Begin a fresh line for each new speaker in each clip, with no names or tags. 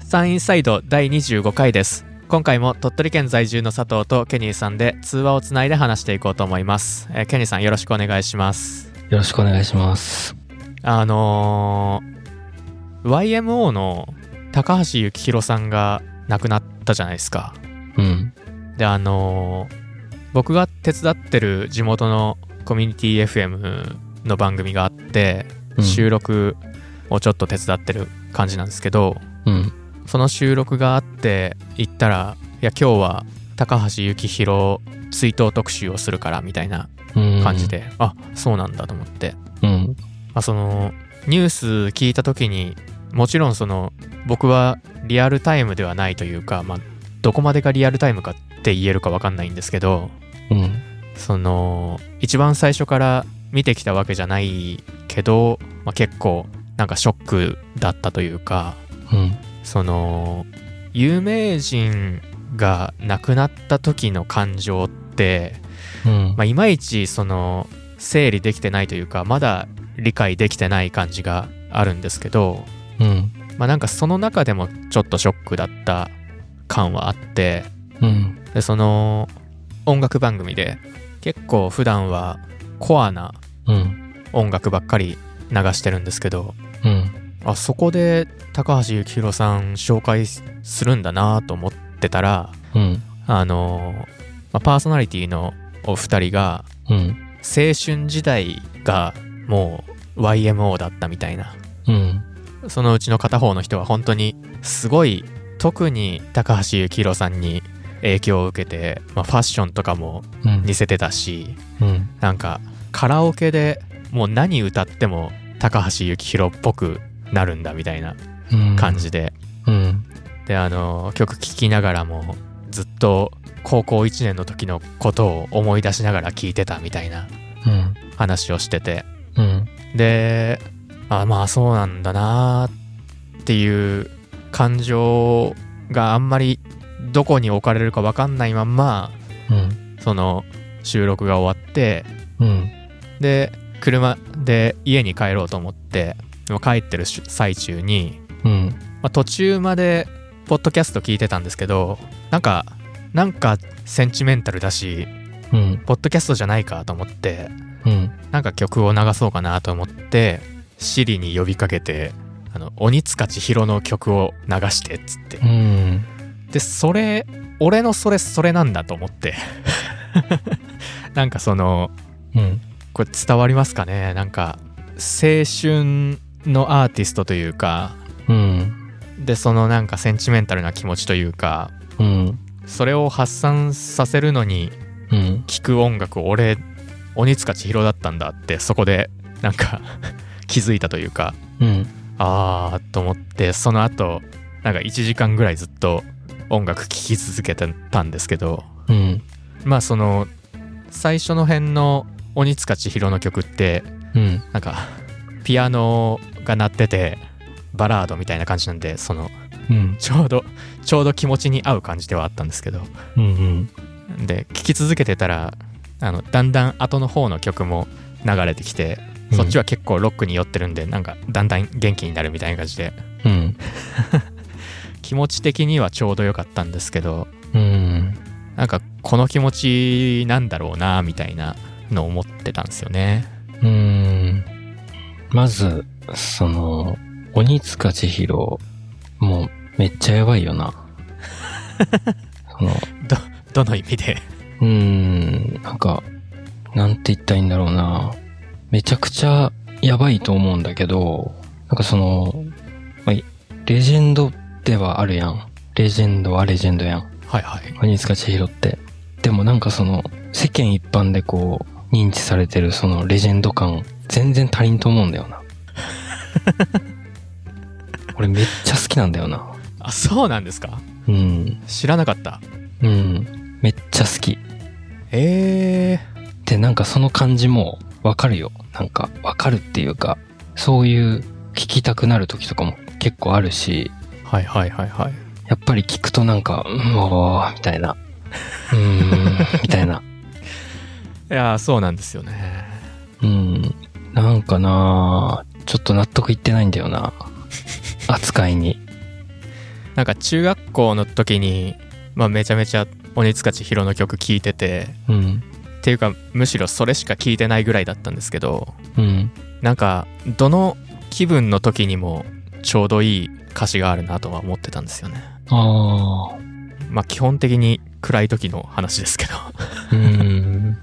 サンインサイド第25回です今回も鳥取県在住の佐藤とケニーさんで通話をつないで話していこうと思います、えーケニーさんよろしくお願いします
よろしくお願いします。
あのー YMO の高橋幸宏さんが亡くなったじゃないですか
うん。
であのー僕が手伝ってる地元のコミュニティ FM の番組があって、
うん
収録をちょっと手伝ってる感じなんですけど
うん。
その収録があって行ったらいや今日は高橋幸宏追悼特集をするからみたいな
うん。
感じ。で、あそうなんだと思って、
うん。
まあ、そのニュース聞いた時にもちろんその僕はリアルタイムではないというか、まあ、どこまでがリアルタイムかって言えるか分かんないんですけど
うん。
その一番最初から見てきたわけじゃないけど、まあ、結構なんかショックだったというか
うん。
その有名人が亡くなった時の感情って、
うん。
まあ、いまいちその整理できてないというかまだ理解できてない感じがあるんですけど、
うん。
まあ、なんかその中でもちょっとショックだった感はあって
うん。
でその音楽番組で結構普段はコアな
うん。
音楽ばっかり流してるんですけど
うん。
あそこで高橋幸宏さん紹介するんだなと思ってたら
うん。
あの、まあパーソナリティのお二人が
うん。
青春時代がもう YMO だったみたいな
うん。
そのうちの片方の人は本当にすごい特に高橋幸宏さんに影響を受けて、まあ、ファッションとかも
うん。
似せてたし
うん。
なんかカラオケでもう何歌っても高橋幸宏っぽくなるんだみたいな
うん。
感。じで、
うん。
であの曲聴きながらもずっと高校1年の時のことを思い出しながら聴いてたみたいな
うん。
話をしてて
うん。
であまあそうなんだなっていう感情があんまりどこに置かれるか分かんないまんま
うん。
その収録が終わって
うん。
で車で家に帰ろうと思ってでも帰ってる最中に、
うん。
まあ、途中までポッドキャスト聞いてたんですけどなんかなんかセンチメンタルだし
うん。
ポッドキャストじゃないかと思って
うん。
なんか曲を流そうかなと思って、シリに呼びかけて、あの、鬼塚千尋の曲を流してっつって
う。ん。
で、それ、俺のそれそれなんだと思って。 なんかその、
うん。
これ伝わりますかねなんか、青春のアーティストというか、
うん。
で、そのなんかセンチメンタルな気持ちというか、
うん。
それを発散させるのに
うん。
聴く音楽、俺、鬼塚千尋だったんだって、そこで、なんか、 気づいたというか、
うん。
あーと思ってその後なんか1時間ぐらいずっと音楽聴き続けてたんですけど
うん。
まあその最初の辺の鬼塚千尋の曲って
うん。
なんかピアノが鳴っててバラードみたいな感じなんでその
うん。
ちょうどちょうど気持ちに合う感じではあったんですけど
うん。
で聴き続けてたらあのだんだん後の方の曲も流れてきてそっちは結構ロックに寄ってるんでなんかだんだん元気になるみたいな感じで
うん。
気持ち的にはちょうど良かったんですけど
うん。
なんかこの気持ちなんだろうなみたいなのを思ってたんですよね
うーん。まず、その、鬼塚千尋、もうめっちゃやばいよな。その、
どの意味で
うーん、なんか、なんて言ったらいいんだろうな。めちゃくちゃやばいと思うんだけど、なんかその、まあレジェンドではあるやん。レジェンドはレジェンドやん。
はいはい
鬼塚千尋って。でもなんかその、世間一般でこう、認知されてるそのレジェンド感、全然足りんと思うんだよな。俺めっちゃ好きなんだよな。
あそうなんですか
うん。
知らなかった
うん。めっちゃ好き。
え
で、なんかその感じもわかるよ。なんかわかるっていうか、そういう聞きたくなる時とかも結構あるし、
ー、はいはいはいはい
やっぱり聞くとなんか、うん、おー、みたいな。うーん、みたいな。
いやーそうなんですよね
うん。なんかなあちょっと納得いってないんだよな。扱いに。
なんか中学校の時に、まあ、めちゃめちゃ鬼塚千尋の曲聴いてて
うん。
っていうかむしろそれしか聴いてないぐらいだったんですけど
うん。
なんかどの気分の時にもちょうどいい歌詞があるなとは思ってたんですよね
あ
まあ基本的に暗い時の話ですけど
あ。うん。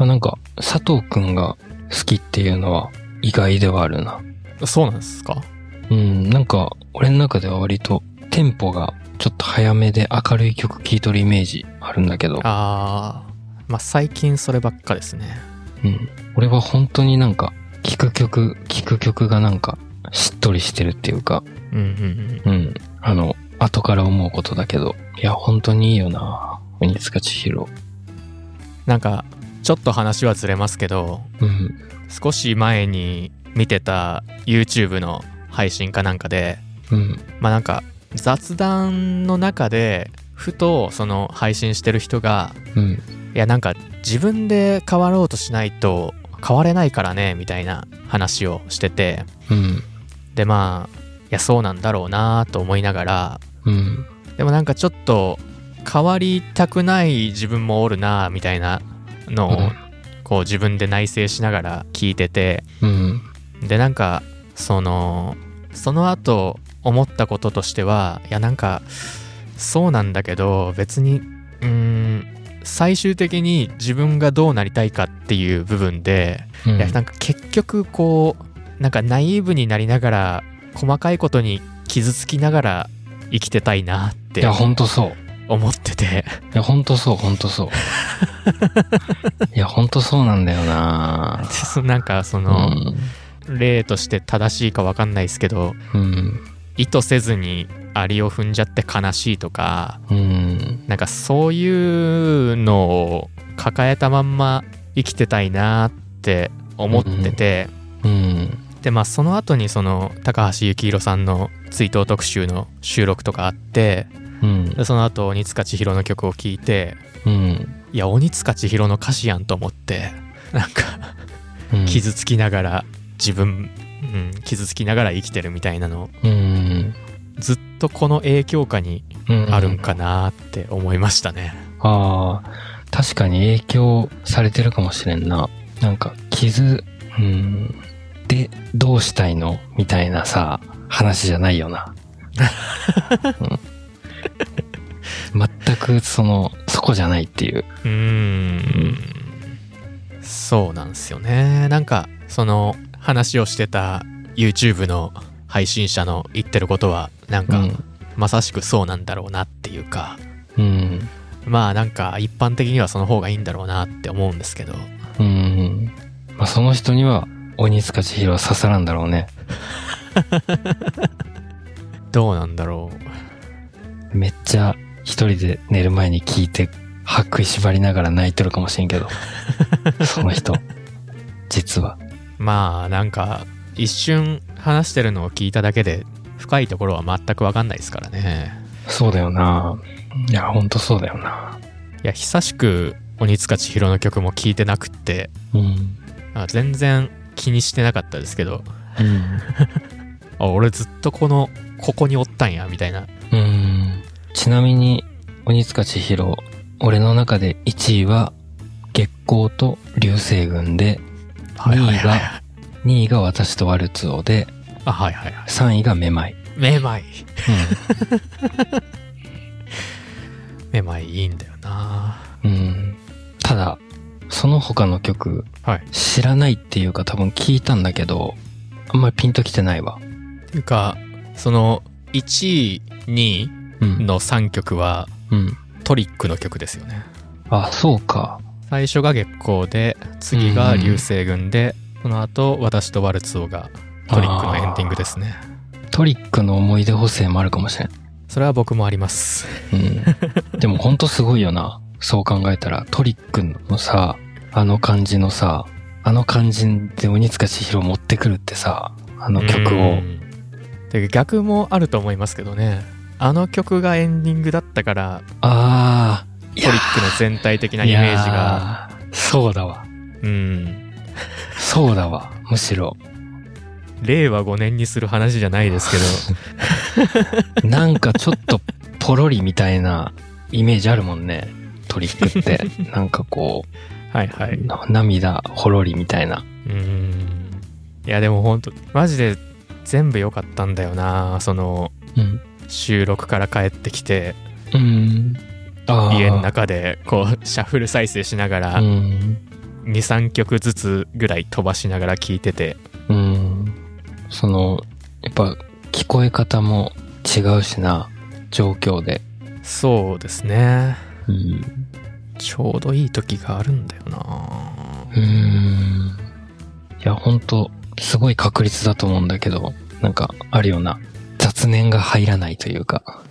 あなんか、佐藤くんが好きっていうのは意外ではあるな。
そうなんですか
うん。なんか、俺の中では割とテンポがちょっと早めで明るい曲聴いとるイメージあるんだけど。
あーまあ最近そればっかですね
うん。俺は本当になんか、聴く曲、聴く曲がなんか、しっとりしてるっていうか、
うんうん
うん。あの、後から思うことだけど、いや、本当にいいよな鬼塚千尋。
うんなんかちょっと話はずれますけど
うん。
少し前に見てた YouTube の配信かなんかで
うん。
まあなんか雑談の中でふとその配信してる人が
うん。
いやなんか自分で変わろうとしないと変われないからねみたいな話をしてて
うん。
でまあいやそうなんだろうなと思いながら
うん。
でもなんかちょっと変わりたくない自分もおるなみたいなの
う
を
ん
こう自分で内省しながら聞いてて
うん。
でなんかそのその後思ったこととしてはいやなんかそうなんだけど別にうーん最終的に自分がどうなりたいかっていう部分で、
うん
いやなんか結局こうなんかナイーブになりながら細かいことに傷つきながら生きてたいなっ
い
て
や、ほんとそう。
思ってて
いや、ほんとそう、ほんとそう。いや、ほんとそうなんだよ な
そうなんかそうの、
ん。
例として正しいか分かんないですけど
うん。
意図せずにアリを踏んじゃって悲しいとか
うん。
なんかそういうのを抱えたまんま生きてたいなって思ってて、
うん。
でまあその後にその高橋幸宏さんの追悼特集の収録とかあって
うん。
でその後鬼塚千尋の曲を聴いて
うん。
いや鬼塚千尋の歌詞やんと思ってなんか
うん。
傷つきながら自分、うん、傷つきながら生きてるみたいなの
うん。
ずっとこの影響下に
うん。
あるんかなって思いましたね。
ああ、確かに影響されてるかもしれんな。なんか、傷、うん、で、どうしたいのみたいなさ、話じゃないよな。うん全く、その、そこじゃないっていう。
うーんそうなんですよねなんかその話をしてた YouTube の配信者の言ってることはなん
う
か、
ん。
まさしくそうなんだろうなっていうか
うん。
まあなんか一般的にはその方がいいんだろうなって思うんですけど
うん。まあ、その人には、鬼塚千尋は刺さらんだろうね。
どうなんだろ
めっちゃ、一人で寝る前に聞いて、歯食いしばりながら泣いてるかもしれんけど。その人。実は。
うまあなんか一瞬話してるのを聞いただけで深いところは全く分かんないですからね
そうだよな。いや、ほんとそうだよな。
いや久しく鬼塚千尋の曲も聞いてなくって
うん。
あ全然気にしてなかったですけど
うん。
あ俺ずっとこのここにおったんやみたいな
うん。ちなみに、鬼塚千尋、俺の中で1位は、月光と流星群で、
はいはい
2位が、2位が私とワルツオで、
あはいはいはい
3位がめまい。
めまい
う。
めまいいいんだよなん
うん。ただ、その他の曲、
はい
知らないっていうか多分聞いたんだけど、あんまりピンときてないわ。
っていうかその1位2位
うん。
の3曲は
うん。
トリックの曲ですよね
あ、そうか。
最初が月光で次が流星群で、その後私とワルツオがトリックのエンディングですね
トリックの思い出補正もあるかもしれん。
それは僕もあります
うん。でもほんとすごいよな。そう考えたら、トリックのさ、あの感じのさ、あの感じで鬼塚千尋持ってくるってさ、あの曲
う
を。
んで逆もあると思いますけどねあの曲がエンディングだったから
あー、
トリックの全体的なイメージが
が。そうだわ。
うん
そうだわ。むしろ。
令和5年にする話じゃないですけど
なんかちょっとポロリみたいなイメージあるもんね。トリックって。 なんかこ
はいは
う、
い。
な涙ほろりみたいな。
うーん。いやでもほんと、マジで全部良かったんだよな。その、
うん。
収録から帰ってきて、
うん。あー
家の中でこう、シャッフル再生しながら、
うん。
2、3曲ずつぐらい飛ばしながら聴いてて、
うん。その、やっぱ聞こえ方も違うしな。状況で。
そうですね。
うん。
ちょうどいい時があるんだよな。
うーん。いや、ほんと、すごい確率だと思うんだけど、なんか、あるような、雑念が入らないというか、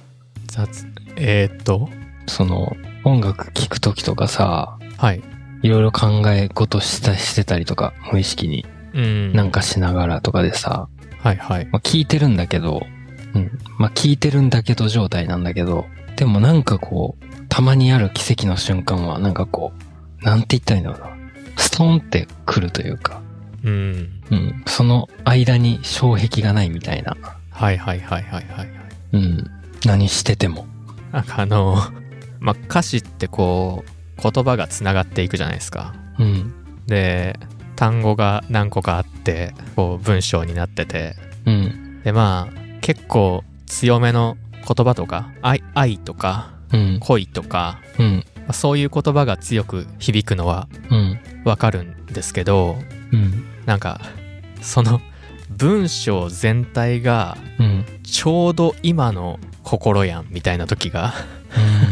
雑、えー、っと、
その、音楽聴くときとかさ、
はい。
いろいろ考え事した、してたりとか、無意識に
うん。
なんかしながらとかでさ、
はいはい。
まあ、聞いてるんだけど、うん。まあ、聞いてるんだけど状態なんだけど、でもなんかこう、たまにある奇跡の瞬間は、なんかこう、なんて言ったらいいんだろうな。ストンって来るというか、
うん。
うん。その間に障壁がないみたいな。
はいはいはいはいはいはい。
うん。何してても。
なんかあの、 まあ、歌詞ってこう、言葉がつながっていくじゃないですか。
うん。
で、単語が何個かあって、こう文章になってて。
うん。
で、まあ、結構強めの言葉とか、愛、愛とか、
うん。
恋とか、
うん。
まあそういう言葉が強く響くのは
うん。
わかるんですけど、
うん。
なんか、その文章全体が
うん。
ちょうど今の心やんみたいな時が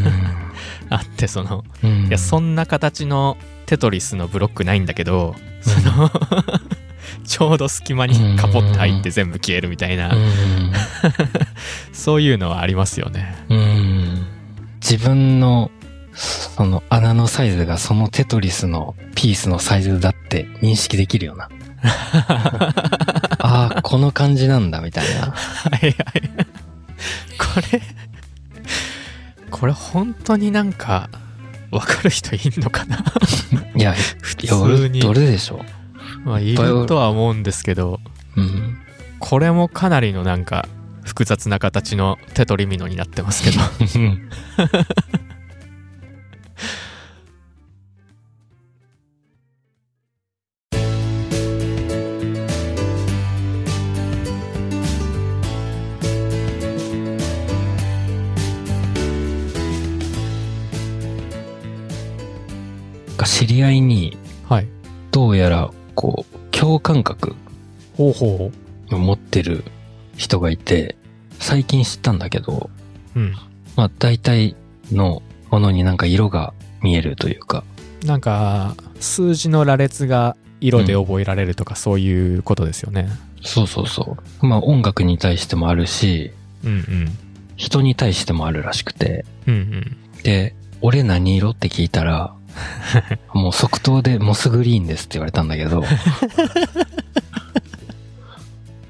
あって、その、
うん。
いや、そんな形のテトリスのブロックないんだけど、その、 ちょうど隙間にカポって入って全部消えるみたいな、そういうのはありますよね。
うん。うん。自分の、その穴のサイズがそのテトリスのピースのサイズだって認識できる よな。ああ、この感じなんだ、みたいな。
はいはい。これ、これ本当になんか、わかる人いんのかな
いや、
普
いや、俺
通、に。
どれでしょ
まあ、いるとは思うんですけど、
う。うん。
これもかなりのなんか、複雑な形のテトリミノになってますけ ど。
なんか知り合いに、
はい。
どうやら、こう、共感覚
ほうほ
を持ってる人がいて、最近知ったんだけど、
う。うん。
まあ大体のものになんか色が見えるというか、
なんか数字の羅列が色で覚えられるとかそういうことですよね。
そうそうそう。まあ音楽に対してもあるし、
うん
人に対してもあるらしくて、
うん。うん
で、俺何色って聞いた ら、もう即答でモスグリーンですって言われたんだ けど、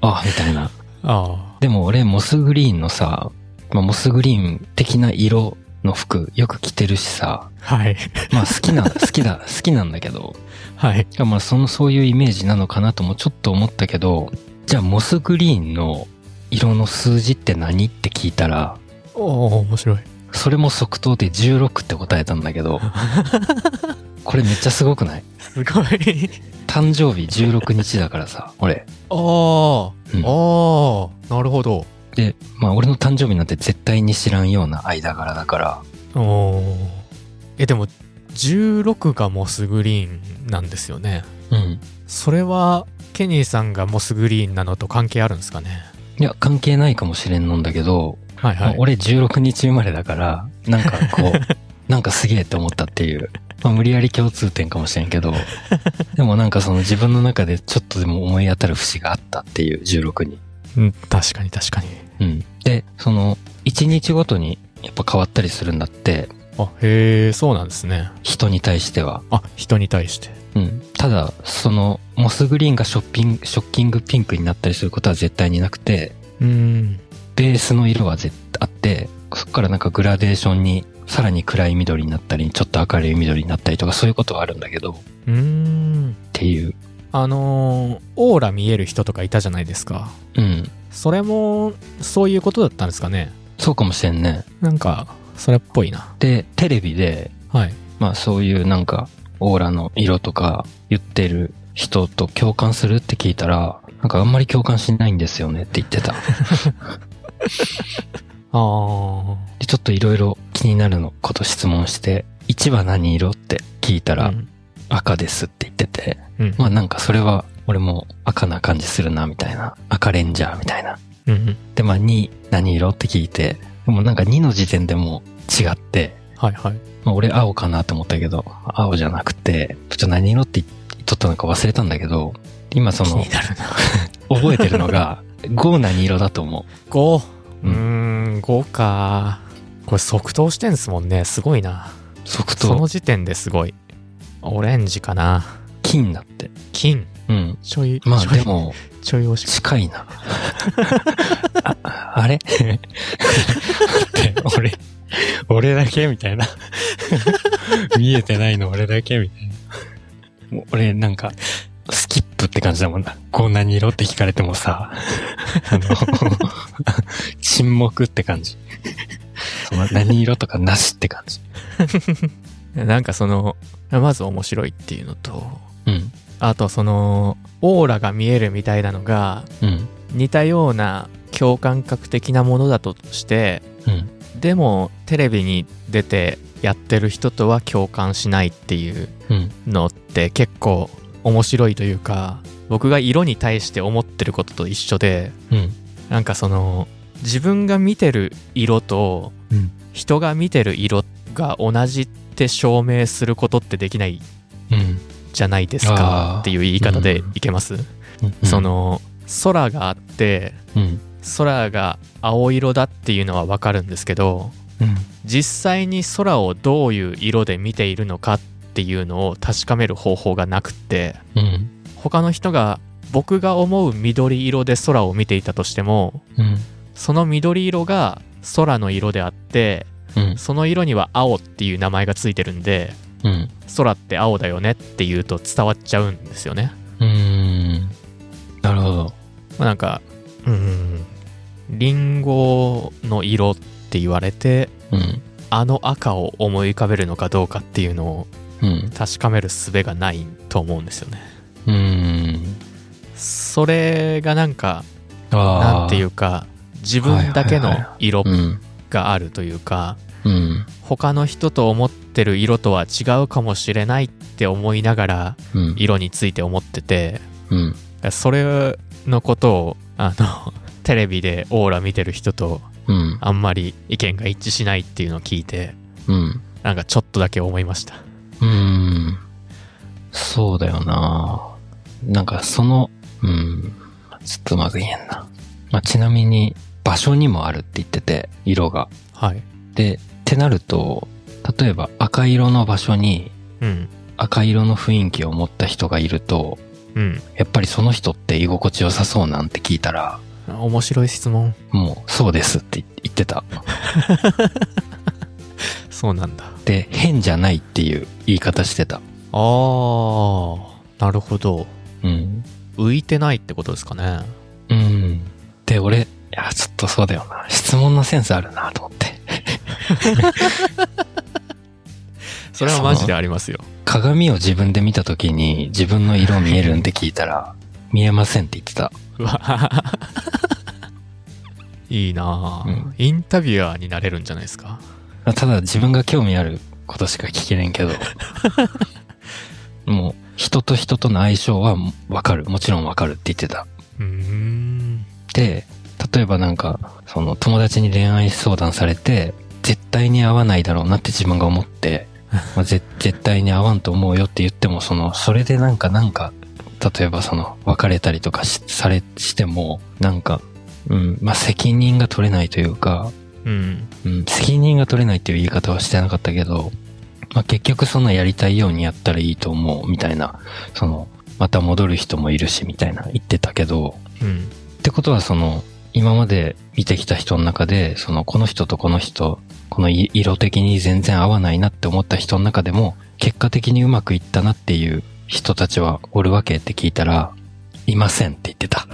あ、みたいな。
うん。あ
でも俺、モスグリーンのさ、まあ、モスグリーン的な色の服よく着てるしさ、
あ。はい。
まあ好きな、好きだ、好きなんだけど、
はい。
まあその、そういうイメージなのかなともちょっと思ったけど、じゃあモスグリーンの色の数字って何って聞いたら、
おお面白い。
それも即答で16って答えたんだけ ど、これめっちゃすごくない
すごい。
誕生日16日だからさ、俺。
あ
うん
あ。ああ。なるほど。
で、まあ俺の誕生日なんて絶対に知らんような間柄だから、
おお。えでも16がモスグリーンなんですよね。
うん。
それはケニーさんがモスグリーンなのと関係あるんですかね。
いや、関係ないかもしれんのんだけど、
はい
まあ。俺16日生まれだから、なんか こう、なんかすげえって思ったっていう、まあ、無理やり共通点かもしれんけど、でもなんかその自分の中でちょっとでも思い当たる節があったっていう16に。
うん確かに確かに。
うん。で、その、1日ごとにやっぱ変わったりするんだって、
あへえそうなんですね。
人に対しては。
あ人に対して。
うん。ただ、その、モスグリーンがショッピング、ショッキングピンクになったりすることは絶対になくて、
うん。
ベースの色は絶対あって、そこからなんかグラデーションに、さらに暗い緑になったり、ちょっと明るい緑になったりとか、そういうことはあるんだけど、っ
うーん。
ていう。
あのーオーラ見える人とかいたじゃないですか
うん。
それもそういうことだったんですかね
そうかもしれんね。
なんかそれっぽいな
で、テレビで、
はい
まあそういうなんか、オーラの色とか言ってる人と共感するって聞いたら、なんかあんまり共感しないんですよねって言ってた。
あー
で、ちょっといろいろ気になるのこと質問して、1は何色って聞いたら
う、ん
赤ですって言ってて、
うん
まあなんかそれは俺も赤な感じするなみたいな、赤レンジャーみたいな。
うんうん
で、まあ2何色って聞いて、でもなんか2の時点でもう違って、
はいはい
まあ、俺青かなと思ったけど、青じゃなくて、ちょっと何色って言っとったのか忘れたんだけど、今そ
気
の
に、なるな
覚えてるのが、5何色だと思
5う
うん
ーん5かこれ即答してんすもんねすごいな
う。即
そ
答
の、時点ですごいオレンジかな
金だって。
金
うん。
ちょい
まあ
ちょい
でも、
ちょい惜し
近いな。あ、あれ って俺、俺だけみたいな。見えてないの俺だけみたいな。もう俺なんか、スキップって感じだもんな。こう何色って聞かれてもさ、あの、沈黙って感じ。その何色とかなしって感じ。
いなんかそのまず面白いっていうのと
うん、
あとそのオーラが見えるみたいなのが
うん、
似たような共感覚的なものだとして
うん。
でもテレビに出てやってる人とは共感しないっていう
うん、
のって結構面白いというか僕が色に対して思ってることと一緒で
うん、
なんかその自分が見てる色と
うん
人が見てる色が同じって証明することってできない
うん
じゃないです
あ
か
ー
っていう言い方でいけます、
うん。
そ、の空があって
うん、
空が青色だっていうのはわかるんですけど
うん、
実際に空をどういう色で見ているのかっていうのを確かめる方法がなくって
うん、
他の人が僕が思う緑色で空を見ていたとしても
うん、
その緑色が空の色であって
うん、
その色には青っていう名前がついてるんで
うん、
空って青だよねっていうと伝わっちゃうんですよね。
うーん。なるほど。
まあ、なんかうーんリンゴの色って言われて
うん。
あの赤を思い浮かべるのかどうかっていうのを
うん。
確かめる術がないと思うんですよね。
うーん。
それがなんか
ああ。
なんていうか自分だけの色
うん。
があるというか
うん。
他の人と思ってる色とは違うかもしれないって思いながら
うん。
色について思ってて
うん。
それのことをあのテレビでオーラ見てる人と
うん。
あんまり意見が一致しないっていうのを聞いて
うん。
なんかちょっとだけ思いました
うん。そうだよな。なんかその、うん。ちょっとまず言えんな。まあ、ちなみに、場所にもあるって言ってて、色が。
はい
で、ってなると、例えば赤色の場所に
うん
赤色の雰囲気を持った人がいると、
うん
やっぱりその人って居心地良さそうなんて聞いたら、
面白い質問
もう、そうですって言ってた。
そうなんだ
で、変じゃないっていう言い方してた。
あーなるほど
うん。
浮いてないってことですかね
うん。で、俺、いや、ちょっとそうだよな。質問のセンスあるなと思って。
それはマジでありますよ
鏡を自分で見た時に自分の色見えるんって聞いたら、見えませんって言ってた。
うわ いいなあ、
うん
インタビュアーになれるんじゃないですか
ただ自分が興味あることしか聞けねんけど。もう、人と人との相性はわかる。もちろんわかるって言ってた。
うーん
で、例えばなんか、その友達に恋愛相談されて、絶対に合わないだろうなって自分が思って、まあ、ぜ絶対に合わんと思うよって言っても、その、それでなんかなんか、例えばその、別れたりとかし、され、しても、なんか、うん、まあ、責任が取れないというか、
うん
うん、責任が取れないっていう言い方はしてなかったけど、まあ、結局そんなやりたいようにやったらいいと思う、みたいな、その、また戻る人もいるし、みたいな言ってたけど、
うん
ってことはその今まで見てきた人の中でそのこの人とこの人このい色的に全然合わないなって思った人の中でも結果的にうまくいったなっていう人たちはおるわけって聞いたら、いませんって言ってた。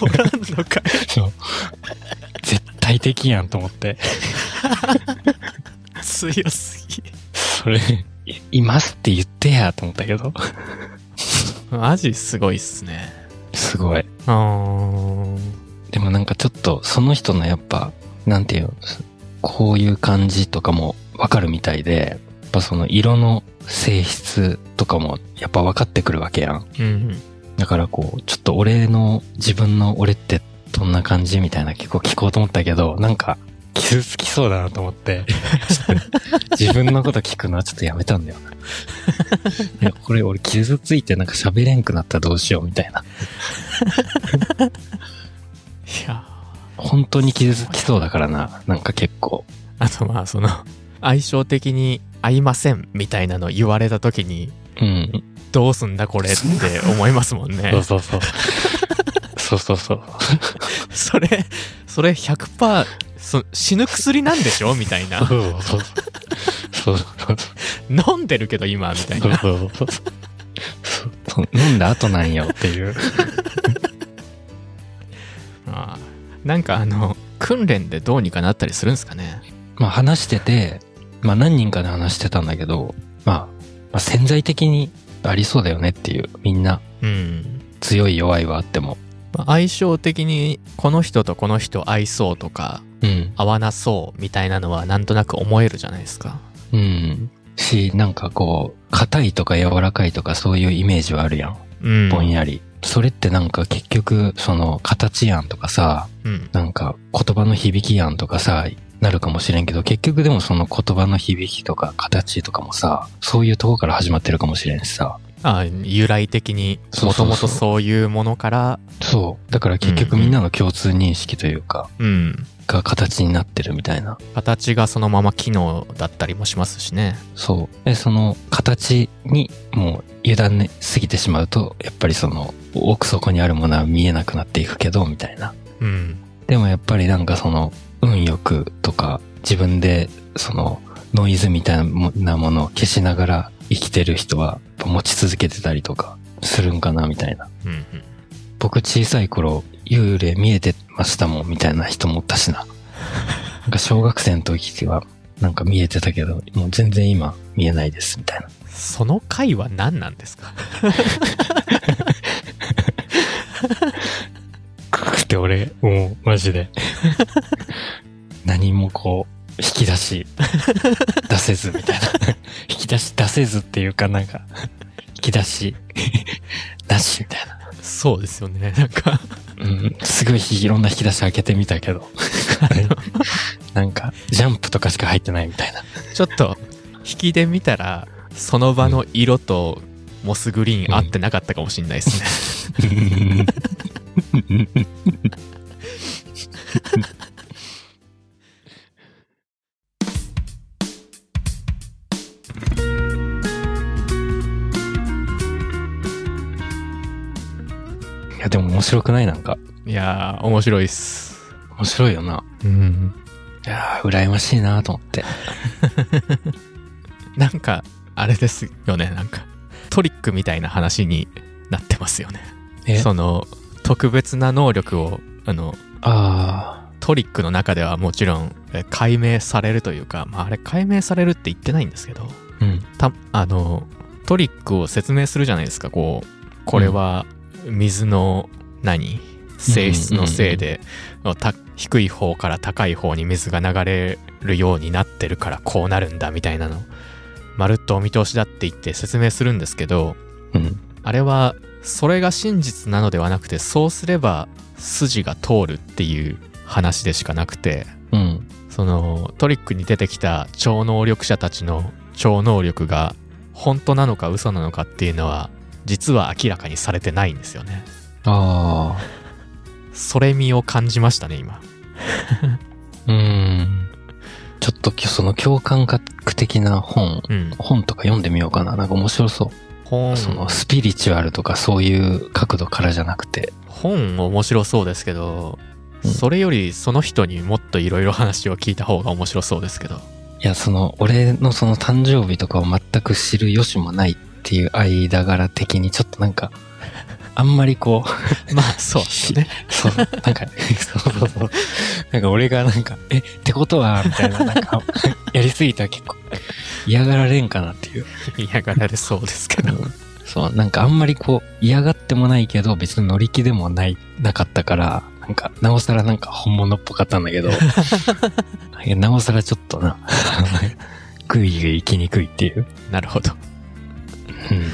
おらんのかい。
そう。絶対的やんと思って。
強すぎ。
それ、いいますって言ってやと思ったけど。
マジすごいっすね。
すごい。
あー
でもなんかちょっとその人のやっぱ、なんていうの、こういう感じとかもわかるみたいで、やっぱその色の性質とかもやっぱ分かってくるわけやん。
うん
だからこう、ちょっと俺の、自分の俺ってどんな感じみたいな結構聞こうと思ったけど、なんか傷つきそうだなと思って、ちょっと自分のこと聞くのはちょっとやめたんだよな。いや、これ俺傷ついてなんか喋れんくなったらどうしようみたいな。
いや
本当に傷つきそうだからな。なんか結構。
ーあとまあその相性的に合いませんみたいなの言われた時に
うん。
どうすんだこれって思いますもん
そ
ね
う。そうそう。そうそうそう。
それそれ100%そ死ぬ薬なんでしょみたいな
そうそうそう。そうそう
飲んでるけど今みたい
そう。
な
そうそうそう。飲んだ後なんよって いう。
あーなんかあの訓練でどうにかなったりするんですかね
まあ話してて、まあ何人かで話してたんだけど、まあ、まあ潜在的にありそうだよねっていう、みんな
うん
強い弱いはあっても。
まあ相性的にこの人とこの人合いそうとか
うん。
合わなそうみたいなのはなんとなく思えるじゃないですか
うん。し、なんかこう、硬いとか柔らかいとかそういうイメージはあるやん。
うん
ぼんやり。それってなんか結局、その、形やんとかさ、
うん
なんか言葉の響きやんとかさ、なるかもしれんけど、結局でもその言葉の響きとか形とかもさ、そういうとこから始まってるかもしれんしさ。
あ由来的に
そう
もと
そうそう
もとそういうものから
そう。だから結局みんなの共通認識というか、
うん
が形になってるみたいな。
形がそのまま機能だったりもしますしね
そう。で、その形にもう油断ね、すぎてしまうと、やっぱりその奥底にあるものは見えなくなっていくけど、みたいな。
うん
でもやっぱりなんかその運よくとか自分でそのノイズみたいなもなものを消しながら生きてる人はやっぱ持ち続けてたりとかするんかなみたいな。
うんうん
僕小さい頃幽霊見えてましたもんみたいな人もおったしな。なんか小学生の時はなんか見えてたけどもう全然今見えないですみたいな。
その回は何なんですか
くくって俺もうマジで何もこう引き出し出せずみたいな 引き出し出せずっていうかなんか引き出しなしみたいな
そうですよねなんか
うんすごいいろんな引き出し開けてみたけど なんかジャンプとかしか入ってないみたいな
ちょっと引きで見たらその場の色とモスグリーン合ってなかったかもしれないですね、
いやでも面白くないなんか
いやー面白いっす
面白いよな
うん
いやー羨ましいなと思って
なんかあれですよねなんかトリックみたいな話になってますよね
え
その特別な能力をあの
あ
トリックの中ではもちろんえ解明されるというか、まあ、あれ解明されるって言ってないんですけど
あうん
たあのトリックを説明するじゃないですかこうこれは水の何性質のせいで、た低い方から高い方に水が流れるようになってるからこうなるんだみたいなのまるっとお見通しだって言って説明するんですけど
うん
あれはそれが真実なのではなくてそうすれば筋が通るっていう話でしかなくて
うん
そのトリックに出てきた超能力者たちの超能力が本当なのか嘘なのかっていうのは実は明らかにされてないんですよね
ああ
それ味を感じましたね今
うーん。ちょっときその共感覚的な本、
うん
本とか読んでみようかな。なんか面白そう。
本
そのスピリチュアルとかそういう角度からじゃなくて。
本面白そうですけど
うん
それよりその人にもっといろいろ話を聞いた方が面白そうですけど
いや、その、俺のその誕生日とかを全く知る由もないっていう間柄的に、ちょっとなんか、あんまりこう、
まあそうですね。
そう、なんか、そうそうそう。なんか俺がなんか、え、ってことは、みたいな、なんか、やりすぎたら結構、嫌がられんかなっていう。
嫌がられそうですけど。
そう、なんかあんまりこう、嫌がってもないけど、別に乗り気でもない、なかったから、なんか、なおさらなんか本物っぽかったんだけど、いやな おさらちょっとな、グイグイ行きにくいっていう。
なるほど。
うん